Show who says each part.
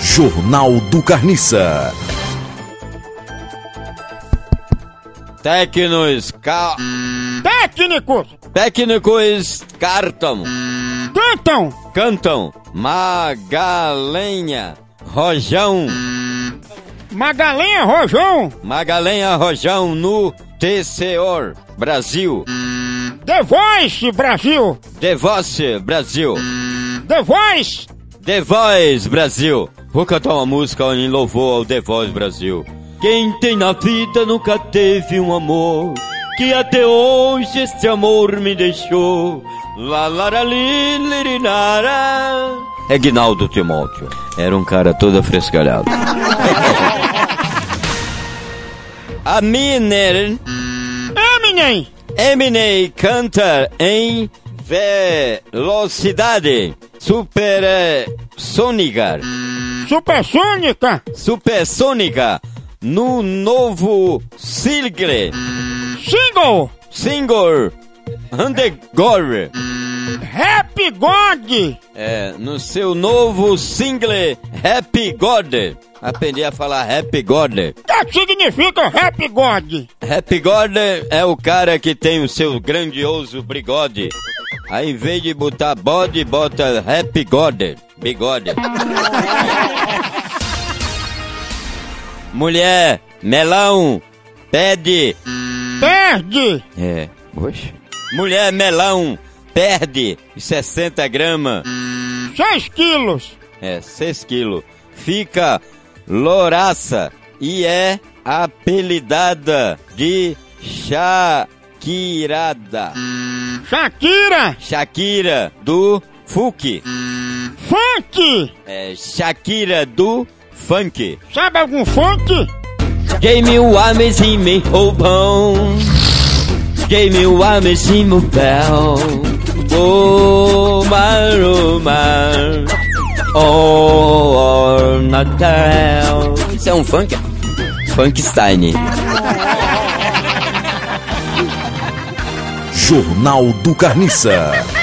Speaker 1: Jornal do Carniça.
Speaker 2: Técnicos, ca...
Speaker 3: Técnicos
Speaker 2: técnicos cartam,
Speaker 3: cantam
Speaker 2: cantam, Magalenha, Rojão,
Speaker 3: Magalenha Rojão,
Speaker 2: Magalenha Rojão no TCOR, Brasil,
Speaker 3: The Voice Brasil,
Speaker 2: The Voice, Brasil,
Speaker 3: The Voice,
Speaker 2: The Voice, Brasil. Vou cantar uma música em louvor ao The Voice, Brasil. Quem tem na vida nunca teve um amor, que até hoje este amor me deixou. Lalaralinlirinara. É Guinaldo Timóteo. Era um cara todo afrescalhado. A Miner
Speaker 3: É, Eminem,
Speaker 2: Eminem canta em velocidade eh, supersônica,
Speaker 3: Supersônica,
Speaker 2: supersônica no novo single,
Speaker 3: Single,
Speaker 2: single Undergore.
Speaker 3: Rap God,
Speaker 2: É, no seu novo single Happy God. Aprendi a falar Happy God.
Speaker 3: que significa Rap God?
Speaker 2: Happy God é o cara que tem o seu grandioso brigode. Aí em vez de botar bode, bota Happy God. Bigode. Mulher, melão, pede.
Speaker 3: Perde,
Speaker 2: É. Oxe. Mulher, melão, perde 60 gramas.
Speaker 3: 6 quilos,
Speaker 2: É, 6 quilos. Fica louraça e é apelidada de Shakirada.
Speaker 3: Shakira,
Speaker 2: Shakira do Funk.
Speaker 3: Funk,
Speaker 2: É, Shakira do Funk.
Speaker 3: sabe algum funk?
Speaker 2: Gave me o amezinho roupão. Gave me o amezinho bel. Oh, mar, oh, mar. Oh, oh, Natal. Isso é um funk? Funkstein.
Speaker 1: Jornal do Carniça.